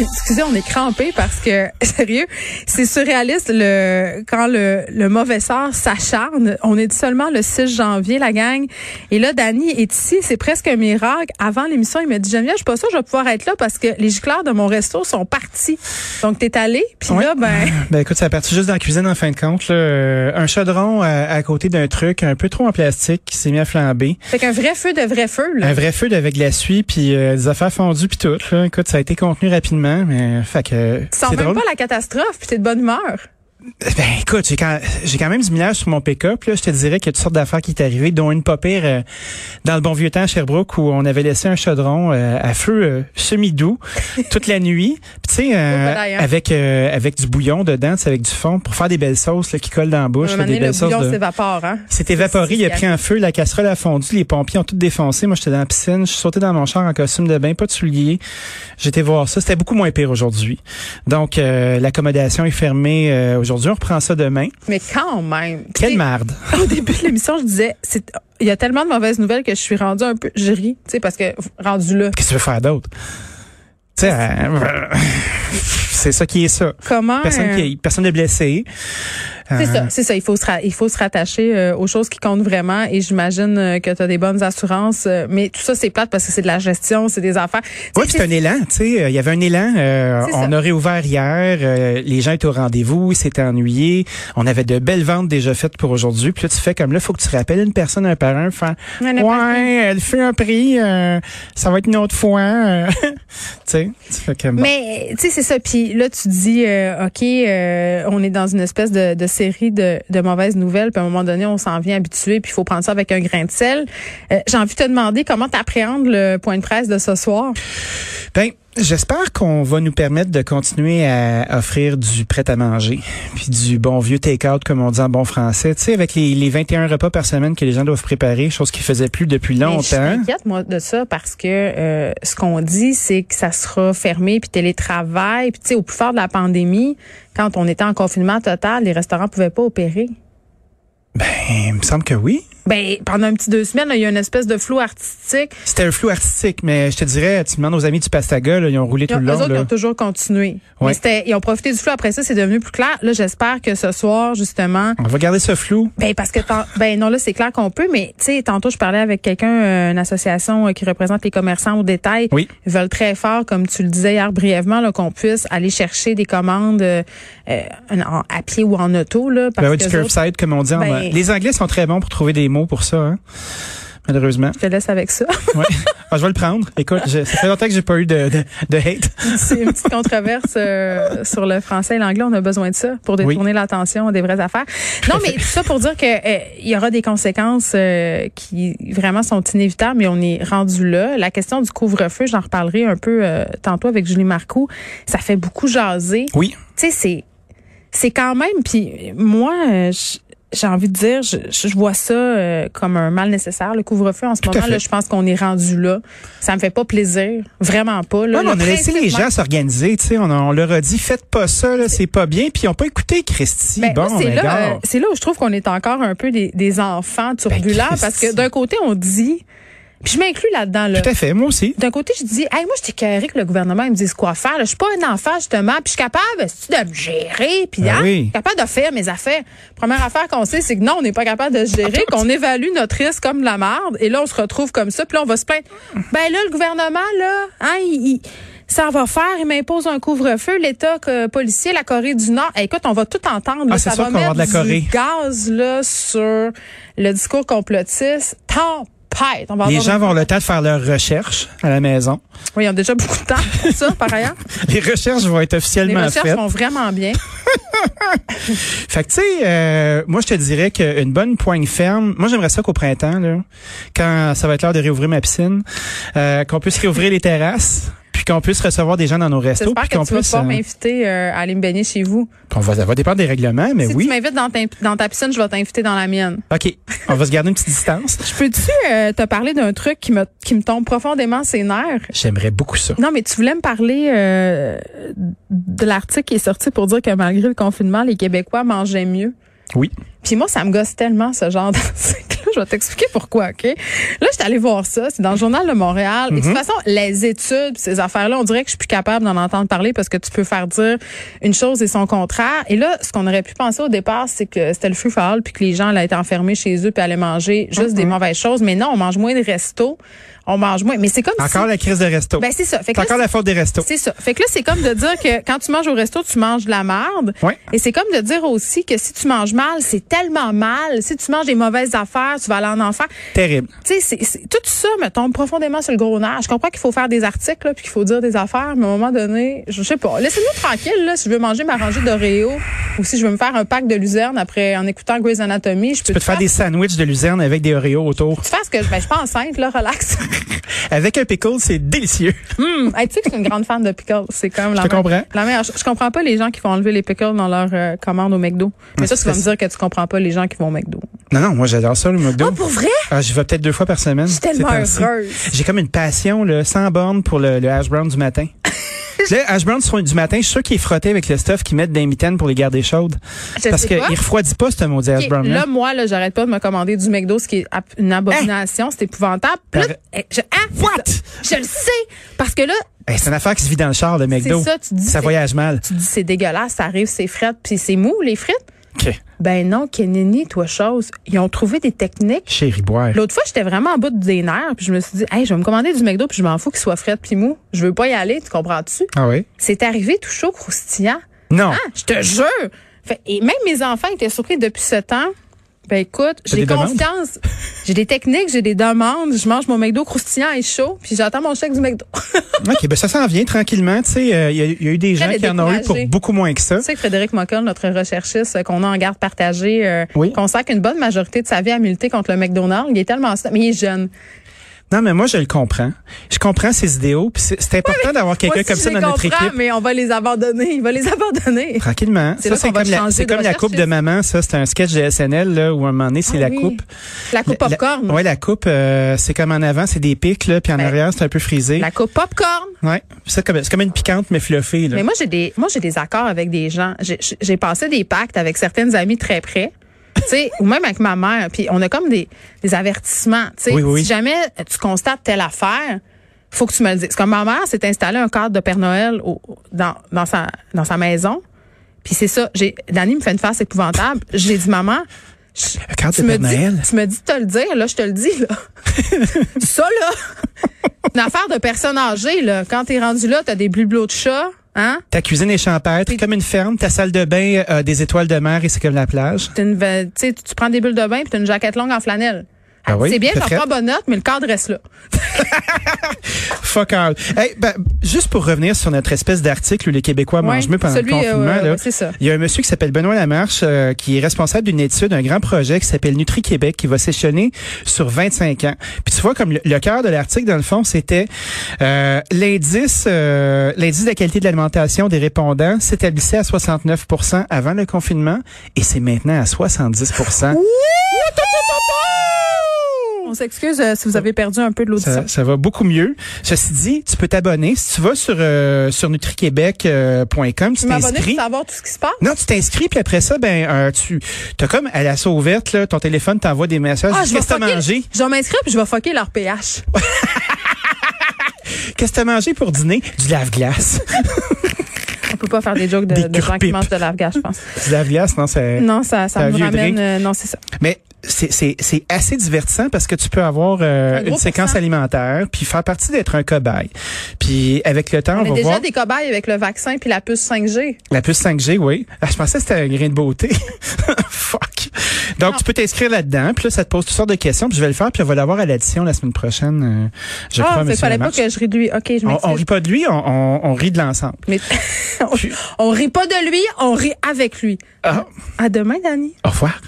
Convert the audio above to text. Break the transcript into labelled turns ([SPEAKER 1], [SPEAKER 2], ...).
[SPEAKER 1] Excusez, on est crampé parce que, sérieux, c'est surréaliste le, quand le, le mauvais sort s'acharne. On est seulement le 6 janvier, la gang. Et là, Dani est ici. C'est presque un miracle. Avant l'émission, il m'a dit, Geneviève, je suis pas sûre que je vais pouvoir être là parce que les gicleurs de mon resto sont partis. Donc, t'es allé. Puis
[SPEAKER 2] Ouais.
[SPEAKER 1] là, ben,
[SPEAKER 2] Ben écoute, ça a parti juste dans la cuisine en fin de compte. là. Euh, Un chaudron à, à côté d'un truc un peu trop en plastique qui s'est mis à flamber.
[SPEAKER 1] c'est qu'un vrai feu de vrai feu, là.
[SPEAKER 2] Un vrai feu avec de la suie, puis euh, des affaires fondues, puis tout. là. Écoute, ça a été contenu rapidement, mais fait que
[SPEAKER 1] Tu sens
[SPEAKER 2] c'est
[SPEAKER 1] même
[SPEAKER 2] drôle.
[SPEAKER 1] pas la catastrophe, puis t'es de bonne humeur.
[SPEAKER 2] Ben écoute, j'ai quand, j'ai quand même du millage sur mon pick-up. Là, je te dirais qu'il y a toutes sortes d'affaires qui t'est arrivé, dont une pas pire euh, dans le bon vieux temps à Sherbrooke où on avait laissé un chaudron euh, à feu euh, semi-doux toute la nuit. Puis tu sais, euh,
[SPEAKER 1] Oh, badaille, hein?
[SPEAKER 2] avec euh, avec du bouillon dedans, tu sais, avec du fond pour faire des belles sauces là, qui collent dans la
[SPEAKER 1] À un
[SPEAKER 2] bouche, là,
[SPEAKER 1] moment
[SPEAKER 2] des
[SPEAKER 1] donné,
[SPEAKER 2] belles
[SPEAKER 1] le
[SPEAKER 2] sauces.
[SPEAKER 1] bouillon
[SPEAKER 2] de-
[SPEAKER 1] s'évapore, hein.
[SPEAKER 2] C'est évaporé, il a
[SPEAKER 1] C'est ce
[SPEAKER 2] pris un feu, la casserole a fondu, les pompiers ont tout défoncé. Moi, j'étais dans la piscine, je suis sauté dans mon char en costume de bain, pas de souliers. J'étais voir ça. C'était beaucoup moins pire aujourd'hui. Donc, euh, l'accommodation est fermée euh, aujourd'hui. On reprend ça demain.
[SPEAKER 1] Mais quand même. Tu sais,
[SPEAKER 2] Quelle marde.
[SPEAKER 1] Au début de l'émission, je disais, c'est- il y a tellement de mauvaises nouvelles que je suis rendue un peu, je ris, tu sais, parce que rendu là,
[SPEAKER 2] Qu'est-ce que tu veux faire d'autre? Tu sais, euh, c'est ça qui est ça.
[SPEAKER 1] comment
[SPEAKER 2] Personne,
[SPEAKER 1] euh,
[SPEAKER 2] qui est, personne n'est blessé.
[SPEAKER 1] C'est
[SPEAKER 2] Euh,
[SPEAKER 1] ça, c'est ça. Il faut se, ra- il faut se rattacher euh, aux choses qui comptent vraiment. Et j'imagine euh, que tu as des bonnes assurances. euh, mais tout ça, c'est plate parce que c'est de la gestion, c'est des affaires. Tu
[SPEAKER 2] Oui,
[SPEAKER 1] sais,
[SPEAKER 2] c'est un élan, tu sais, euh, il y avait un élan. euh,
[SPEAKER 1] C'est
[SPEAKER 2] on
[SPEAKER 1] ça.
[SPEAKER 2] a réouvert hier, euh, les gens étaient au rendez-vous, ils s'étaient ennuyés. On avait de belles ventes déjà faites pour aujourd'hui. Puis là, tu fais comme là, faut que tu rappelles une personne un par un, faire
[SPEAKER 1] Ouais,
[SPEAKER 2] ouais,
[SPEAKER 1] le
[SPEAKER 2] elle fait un prix, euh, ça va être une autre fois. euh. tu sais, tu fais comme bon.
[SPEAKER 1] Mais tu sais, c'est ça. Puis là, tu dis, euh, ok, euh, on est dans une espèce de, de série de, de mauvaises nouvelles. Puis à un moment donné, on s'en vient habitué. Puis il faut prendre ça avec un grain de sel. Euh, J'ai envie de te demander comment t'appréhendes le point de presse de ce soir.
[SPEAKER 2] Ben, j'espère qu'on va nous permettre de continuer à offrir du prêt à manger, puis du bon vieux take-out comme on dit en bon français. Tu sais, avec les, les 21 repas par semaine que les gens doivent préparer, chose qu'ils faisaient plus depuis
[SPEAKER 1] Mais Je
[SPEAKER 2] longtemps.
[SPEAKER 1] m'inquiète, moi, de ça parce que euh, ce qu'on dit, c'est que ça sera fermé, puis télétravail. Puis, tu sais, au plus fort de la pandémie, quand on était en confinement total, les restaurants pouvaient pas opérer.
[SPEAKER 2] Eh, il me semble que oui.
[SPEAKER 1] Ben, pendant un petit deux semaines, là, il y a une espèce de flou artistique.
[SPEAKER 2] C'était un flou artistique, mais je te dirais, tu demandes aux amis du Pastaga, là, ils ont roulé
[SPEAKER 1] Les
[SPEAKER 2] tout le long.
[SPEAKER 1] autres, ils
[SPEAKER 2] là.
[SPEAKER 1] ont toujours continué.
[SPEAKER 2] Ouais.
[SPEAKER 1] Mais c'était, ils ont profité du flou. Après ça, c'est devenu plus clair. Là, j'espère que ce soir, justement,
[SPEAKER 2] On va garder ce flou.
[SPEAKER 1] Ben parce que tant- ben non là c'est clair qu'on peut mais tu sais tantôt je parlais avec quelqu'un euh, une association euh, qui représente les commerçants au détail
[SPEAKER 2] Oui.
[SPEAKER 1] ils veulent très fort comme tu le disais hier brièvement là qu'on puisse aller chercher des commandes euh, euh, en- à pied ou en auto là parce
[SPEAKER 2] Ben ouais,
[SPEAKER 1] que
[SPEAKER 2] du
[SPEAKER 1] eux autres,
[SPEAKER 2] curbside, comme on dit. en-
[SPEAKER 1] Ben-
[SPEAKER 2] Les Anglais sont très bons pour trouver des mots pour ça, hein. malheureusement.
[SPEAKER 1] je te laisse avec ça
[SPEAKER 2] Ouais. Ah, je vais le prendre. Écoute, je- ça fait longtemps que j'ai pas eu de, de, de hate.
[SPEAKER 1] c'est une petite controverse euh, sur le français et l'anglais on a besoin de ça pour détourner l'attention des vraies affaires non mais tout ça pour dire que euh, il y aura des conséquences euh, qui vraiment sont inévitables mais on est rendu là la question du couvre-feu j'en reparlerai un peu euh, tantôt avec Julie Marcoux ça fait beaucoup jaser
[SPEAKER 2] Oui.
[SPEAKER 1] tu sais, c'est c'est quand même. Puis moi, euh, j- j'ai envie de dire, je, je je vois ça euh, comme un mal nécessaire, le couvre-feu. En ce
[SPEAKER 2] à
[SPEAKER 1] moment,
[SPEAKER 2] fait.
[SPEAKER 1] là, je pense qu'on est rendu là. Ça me fait pas plaisir, vraiment pas. Là,
[SPEAKER 2] Ouais, mais
[SPEAKER 1] Le
[SPEAKER 2] on a laissé
[SPEAKER 1] principe
[SPEAKER 2] les
[SPEAKER 1] même-
[SPEAKER 2] gens s'organiser, tu sais, on, a- on leur a dit faites pas ça, là, c'est pas bien, puis ils ont pas écouté Christy.
[SPEAKER 1] Ben,
[SPEAKER 2] bon,
[SPEAKER 1] moi, c'est
[SPEAKER 2] ben,
[SPEAKER 1] là,
[SPEAKER 2] gars.
[SPEAKER 1] euh, c'est là où je trouve qu'on est encore un peu des, des
[SPEAKER 2] Ben,
[SPEAKER 1] enfants turbulents
[SPEAKER 2] Christy.
[SPEAKER 1] parce que d'un côté on dit, puis je m'inclus là-dedans là.
[SPEAKER 2] Tout à fait, moi aussi.
[SPEAKER 1] D'un côté je dis, hey, moi je t'écœurerais que le gouvernement il me dise quoi faire. là. Je suis pas un enfant justement, puis je suis capable c'est-tu, de me gérer, puis
[SPEAKER 2] Ben
[SPEAKER 1] hein,
[SPEAKER 2] oui.
[SPEAKER 1] capable de faire mes affaires. Première affaire qu'on sait, c'est que non, on n'est pas capable de se gérer, qu'on évalue notre risque comme de la merde, et là, on se retrouve comme ça, puis là, on va se plaindre. Ben là, le gouvernement, là, hein, il, il- ça va faire, il m'impose un couvre-feu, l'État que- policier, la Corée du Nord. Eh, écoute, on va tout entendre. là.
[SPEAKER 2] Ah, c'est
[SPEAKER 1] ça
[SPEAKER 2] sûr
[SPEAKER 1] va
[SPEAKER 2] qu'on va
[SPEAKER 1] mettre
[SPEAKER 2] avoir de la Corée.
[SPEAKER 1] du gaz là, sur le discours complotiste. Tempête. On va
[SPEAKER 2] Les
[SPEAKER 1] avoir
[SPEAKER 2] gens
[SPEAKER 1] une-
[SPEAKER 2] vont avoir le temps de faire leurs recherches à la maison.
[SPEAKER 1] Oui, ils ont déjà beaucoup de temps pour ça, par ailleurs.
[SPEAKER 2] Les recherches vont être
[SPEAKER 1] Les
[SPEAKER 2] officiellement
[SPEAKER 1] recherches
[SPEAKER 2] faites.
[SPEAKER 1] vont vraiment bien.
[SPEAKER 2] Fait que tu sais, euh, moi je te dirais qu'une bonne poigne ferme, moi j'aimerais ça qu'au printemps, là, quand ça va être l'heure de réouvrir ma piscine, euh, qu'on puisse réouvrir les terrasses, puis qu'on puisse recevoir des gens dans nos restos,
[SPEAKER 1] J'espère
[SPEAKER 2] puis
[SPEAKER 1] que
[SPEAKER 2] qu'on
[SPEAKER 1] tu vas
[SPEAKER 2] puisse...
[SPEAKER 1] pouvoir
[SPEAKER 2] euh,
[SPEAKER 1] m'inviter euh, à aller me baigner chez vous.
[SPEAKER 2] on va, ça va dépendre des règlements, mais
[SPEAKER 1] si tu
[SPEAKER 2] Ben oui.
[SPEAKER 1] m'invites dans ta, dans ta piscine, je vais t'inviter dans la mienne.
[SPEAKER 2] OK, on va se garder une petite distance.
[SPEAKER 1] Je peux-tu euh, te parler d'un truc qui me, qui me tombe profondément ses nerfs?
[SPEAKER 2] J'aimerais beaucoup ça.
[SPEAKER 1] Non, mais tu voulais me parler euh, de l'article qui est sorti pour dire que malgré le confinement, les Québécois mangeaient mieux.
[SPEAKER 2] Oui.
[SPEAKER 1] Puis moi, ça me gosse tellement ce genre d'article. Je vais t'expliquer pourquoi, OK? Là, je suis allée voir ça. C'est dans le Journal de Montréal. Et de
[SPEAKER 2] Mhm.
[SPEAKER 1] toute façon, les études, ces affaires-là, on dirait que je suis plus capable d'en entendre parler parce que tu peux faire dire une chose et son contraire. Et là, ce qu'on aurait pu penser au départ, c'est que c'était le feu fall puis que les gens allaient être enfermés chez eux puis allaient manger juste
[SPEAKER 2] Mhm.
[SPEAKER 1] des mauvaises choses. Mais non, on mange moins de restos. On mange moins. Mais c'est comme
[SPEAKER 2] Encore
[SPEAKER 1] si-
[SPEAKER 2] la crise des restos.
[SPEAKER 1] Ben, c'est ça. Fait que
[SPEAKER 2] c'est
[SPEAKER 1] là,
[SPEAKER 2] encore la faute des restos.
[SPEAKER 1] c'est ça. Fait que là, c'est comme de dire que quand tu manges au resto, tu manges de la merde.
[SPEAKER 2] Ouais.
[SPEAKER 1] Et c'est comme de dire aussi que si tu manges mal, c'est tellement mal. Si tu manges des mauvaises affaires, tu vas aller en enfer.
[SPEAKER 2] Terrible.
[SPEAKER 1] Tu sais, c'est- c'est- tout ça me tombe profondément sur le gros nerf. Je comprends qu'il faut faire des articles, là, puis qu'il faut dire des affaires, mais à un moment donné, je sais pas. Laissez-nous tranquille, là, si je veux manger ma rangée d'Oreo ou si je veux me faire un pack de luzerne après en écoutant Grey's Anatomy, je peux,
[SPEAKER 2] Tu peux te faire des sandwichs de luzerne avec des Oreos autour.
[SPEAKER 1] Tu fais ce que je, ben, je suis pas enceinte, là, relax.
[SPEAKER 2] Avec un pickle, c'est délicieux.
[SPEAKER 1] Hum, hey, tu sais que je suis une grande fan de pickles. C'est comme la
[SPEAKER 2] Je te
[SPEAKER 1] meilleure-
[SPEAKER 2] comprends.
[SPEAKER 1] La meilleure. Je, je comprends pas les gens qui font enlever les pickles dans leur euh, commande au McDo. Mais ça, tu vas me dire que tu comprends pas les gens qui vont au McDo.
[SPEAKER 2] Non, non, moi j'adore ça, le McDo.
[SPEAKER 1] pour vrai?
[SPEAKER 2] Ah, J'y vais peut-être deux fois par semaine. Je suis
[SPEAKER 1] tellement heureuse.
[SPEAKER 2] J'ai comme une passion là, sans borne pour le, le hash brown du matin. le hash brown sur- du matin, je suis sûr qu'il est frotté avec le stuff qu'ils mettent dans les mitaines pour les garder chaudes.
[SPEAKER 1] Je
[SPEAKER 2] Parce
[SPEAKER 1] sais
[SPEAKER 2] qu'il
[SPEAKER 1] pas.
[SPEAKER 2] refroidit pas ce maudit hash
[SPEAKER 1] Ok,
[SPEAKER 2] brown
[SPEAKER 1] là, moi, là, j'arrête pas de me commander du McDo, ce qui est ab- une abomination. C'est épouvantable. Puis là,
[SPEAKER 2] Par-
[SPEAKER 1] eh, je, ah,
[SPEAKER 2] What?
[SPEAKER 1] je le sais. Parce que là,
[SPEAKER 2] Hey, c'est une affaire qui se vit dans le char, le McDo.
[SPEAKER 1] ça, tu dis,
[SPEAKER 2] Ça
[SPEAKER 1] c'est-
[SPEAKER 2] voyage mal.
[SPEAKER 1] tu dis c'est dégueulasse, ça arrive, c'est frette, puis c'est mou, les frites.
[SPEAKER 2] OK.
[SPEAKER 1] Ben non, Kenini, toi, chose. Ils ont trouvé des techniques
[SPEAKER 2] Chérie, boire.
[SPEAKER 1] L'autre fois, j'étais vraiment en bas des nerfs, puis je me suis dit, hey, je vais me commander du McDo, puis je m'en fous qu'il soit frais puis mou. Je veux pas y aller, tu comprends-tu?
[SPEAKER 2] Ah oui?
[SPEAKER 1] C'est arrivé tout chaud, croustillant.
[SPEAKER 2] Non.
[SPEAKER 1] Ah, je te jure! Fait- et même mes enfants étaient surpris depuis ce temps. Ben écoute, j'ai
[SPEAKER 2] des demandes?
[SPEAKER 1] confiance. J'ai des techniques, j'ai des demandes. Je mange mon McDo croustillant et chaud, puis j'attends mon chèque du McDo. tu
[SPEAKER 2] OK, ben ça s'en vient tranquillement. Tu sais, euh, il y, a- il y a eu des gens
[SPEAKER 1] Elle est
[SPEAKER 2] qui en ont eu pour
[SPEAKER 1] découragée.
[SPEAKER 2] beaucoup moins que ça.
[SPEAKER 1] sais que Frédéric Mockel, notre recherchiste euh, qu'on a en garde partagée, euh,
[SPEAKER 2] Oui.
[SPEAKER 1] consacre une bonne majorité de sa vie à militer contre le McDonald's. Il est tellement... Mais il est jeune.
[SPEAKER 2] Non, mais moi, je le comprends. Je comprends ses idéaux. puis C'est c'est important d'avoir
[SPEAKER 1] Moi
[SPEAKER 2] quelqu'un
[SPEAKER 1] aussi,
[SPEAKER 2] comme
[SPEAKER 1] je
[SPEAKER 2] ça
[SPEAKER 1] les
[SPEAKER 2] dans notre
[SPEAKER 1] comprends,
[SPEAKER 2] équipe.
[SPEAKER 1] mais on va les abandonner. Il va les abandonner.
[SPEAKER 2] Tranquillement.
[SPEAKER 1] C'est
[SPEAKER 2] Ça,
[SPEAKER 1] là qu'on
[SPEAKER 2] c'est
[SPEAKER 1] va
[SPEAKER 2] comme, la,
[SPEAKER 1] changer
[SPEAKER 2] c'est
[SPEAKER 1] de
[SPEAKER 2] comme la coupe de
[SPEAKER 1] recherchiste.
[SPEAKER 2] maman, ça. C'est un sketch de SNL, là, où à un moment donné, c'est
[SPEAKER 1] Ah
[SPEAKER 2] la
[SPEAKER 1] oui.
[SPEAKER 2] coupe.
[SPEAKER 1] La coupe
[SPEAKER 2] La- la-
[SPEAKER 1] popcorn.
[SPEAKER 2] ouais, la coupe, euh, c'est comme en avant, c'est des pics, là, puis en
[SPEAKER 1] Ben,
[SPEAKER 2] arrière, c'est un peu frisé.
[SPEAKER 1] La coupe popcorn.
[SPEAKER 2] Ouais. Puis C'est comme, c'est comme une piquante, mais fluffée, là.
[SPEAKER 1] Mais moi j'ai des moi j'ai des accords avec des gens. J'ai- J'ai passé des pactes avec certaines amies très près. tu sais, ou même avec ma mère. Puis on a comme des, des avertissements. tu sais.
[SPEAKER 2] Oui, oui.
[SPEAKER 1] Si jamais tu constates telle affaire, faut que tu me le dises. C'est Comme ma mère s'est installée un cadre de Père Noël au- au- dans, dans, sa, dans sa maison. Puis c'est ça. J'ai, Dani me fait une face épouvantable. J'ai dit, maman, je-
[SPEAKER 2] Le cadre
[SPEAKER 1] tu
[SPEAKER 2] de
[SPEAKER 1] me,
[SPEAKER 2] Père Noël.
[SPEAKER 1] dis, tu me dis de te le dire, là, je te le dis, là. ça, là, une affaire de personne âgée, là. Quand t'es rendu là, t'as des bibelots de chat, hein?
[SPEAKER 2] Ta cuisine est champêtre, comme une ferme. Ta salle de bain euh, a des étoiles de mer et c'est comme la plage.
[SPEAKER 1] T'as une ve- tu sais, tu tu prends des bulles de bain puis t'as une jaquette longue en flanelle.
[SPEAKER 2] Ah
[SPEAKER 1] Elle dit,
[SPEAKER 2] oui,
[SPEAKER 1] c'est bien,
[SPEAKER 2] c'est
[SPEAKER 1] j'en
[SPEAKER 2] frais.
[SPEAKER 1] prends bonne note, mais le cadre reste là.
[SPEAKER 2] Fuck all. Hey, ben, juste pour revenir sur notre espèce d'article où les Québécois
[SPEAKER 1] Ouais,
[SPEAKER 2] mangent mieux pendant
[SPEAKER 1] celui,
[SPEAKER 2] le
[SPEAKER 1] euh,
[SPEAKER 2] confinement,
[SPEAKER 1] ouais,
[SPEAKER 2] là.
[SPEAKER 1] ouais, c'est ça.
[SPEAKER 2] il y a un monsieur qui s'appelle Benoît Lamarche euh, qui est responsable d'une étude, d'un grand projet qui s'appelle Nutri-Québec qui va s'échelonner sur 25 ans. Puis tu vois, comme le, le cœur de l'article, dans le fond, c'était euh, l'indice euh, l'indice de la qualité de l'alimentation des répondants s'établissait à 69 avant le confinement et c'est maintenant à 70
[SPEAKER 1] On s'excuse euh, si vous avez perdu un peu de l'audition.
[SPEAKER 2] Ça, ça va beaucoup mieux. Ceci dit, tu peux t'abonner. Si tu vas sur, euh, sur nutriquebec.com, tu
[SPEAKER 1] Tu m'abonnes pour
[SPEAKER 2] t'inscris.
[SPEAKER 1] savoir tout ce qui se passe?
[SPEAKER 2] Non, tu t'inscris, puis après ça, ben, euh, tu as comme à la sauvette, là, ton téléphone t'envoie des messages.
[SPEAKER 1] Ah,
[SPEAKER 2] Qu'est-ce que t'as
[SPEAKER 1] fucker-
[SPEAKER 2] mangé?
[SPEAKER 1] Je vais m'inscrire puis je vais fucker leur pH.
[SPEAKER 2] Qu'est-ce que t'as mangé pour dîner? Du lave-glace.
[SPEAKER 1] On peut pas faire des jokes de,
[SPEAKER 2] Des
[SPEAKER 1] de gens qui
[SPEAKER 2] cure-pipes.
[SPEAKER 1] mangent de l'avga, je pense.
[SPEAKER 2] du lave-glace, non, c'est...
[SPEAKER 1] Non, ça,
[SPEAKER 2] Un
[SPEAKER 1] ça me
[SPEAKER 2] vieux
[SPEAKER 1] ramène.
[SPEAKER 2] drink.
[SPEAKER 1] euh, non, c'est ça.
[SPEAKER 2] Mais c'est- c'est c'est assez divertissant parce que tu peux avoir euh,
[SPEAKER 1] Un gros
[SPEAKER 2] une séquence
[SPEAKER 1] pourcent.
[SPEAKER 2] alimentaire, puis faire partie d'être un cobaye. Puis avec le temps, Ah, on,
[SPEAKER 1] On, est
[SPEAKER 2] va
[SPEAKER 1] déjà
[SPEAKER 2] voir...
[SPEAKER 1] des cobayes avec le vaccin puis la puce 5G.
[SPEAKER 2] La puce 5G, oui. Ah, je pensais que c'était un grain de beauté. Fuck. Donc, tu peux t'inscrire là-dedans. Puis là, ça te pose toutes sortes de questions. Puis je vais le faire. Puis on va l'avoir à l'édition la semaine prochaine. euh, je
[SPEAKER 1] Ah,
[SPEAKER 2] crois,
[SPEAKER 1] fait
[SPEAKER 2] monsieur
[SPEAKER 1] qu'il fallait pas
[SPEAKER 2] Lamarche.
[SPEAKER 1] que je rie de lui. OK, je
[SPEAKER 2] on, on
[SPEAKER 1] m'excuse.
[SPEAKER 2] rit pas de lui, on, on- on rit de l'ensemble.
[SPEAKER 1] Mais on, on rit pas de lui, on rit avec lui.
[SPEAKER 2] Ah.
[SPEAKER 1] À demain, Dani.
[SPEAKER 2] Au revoir.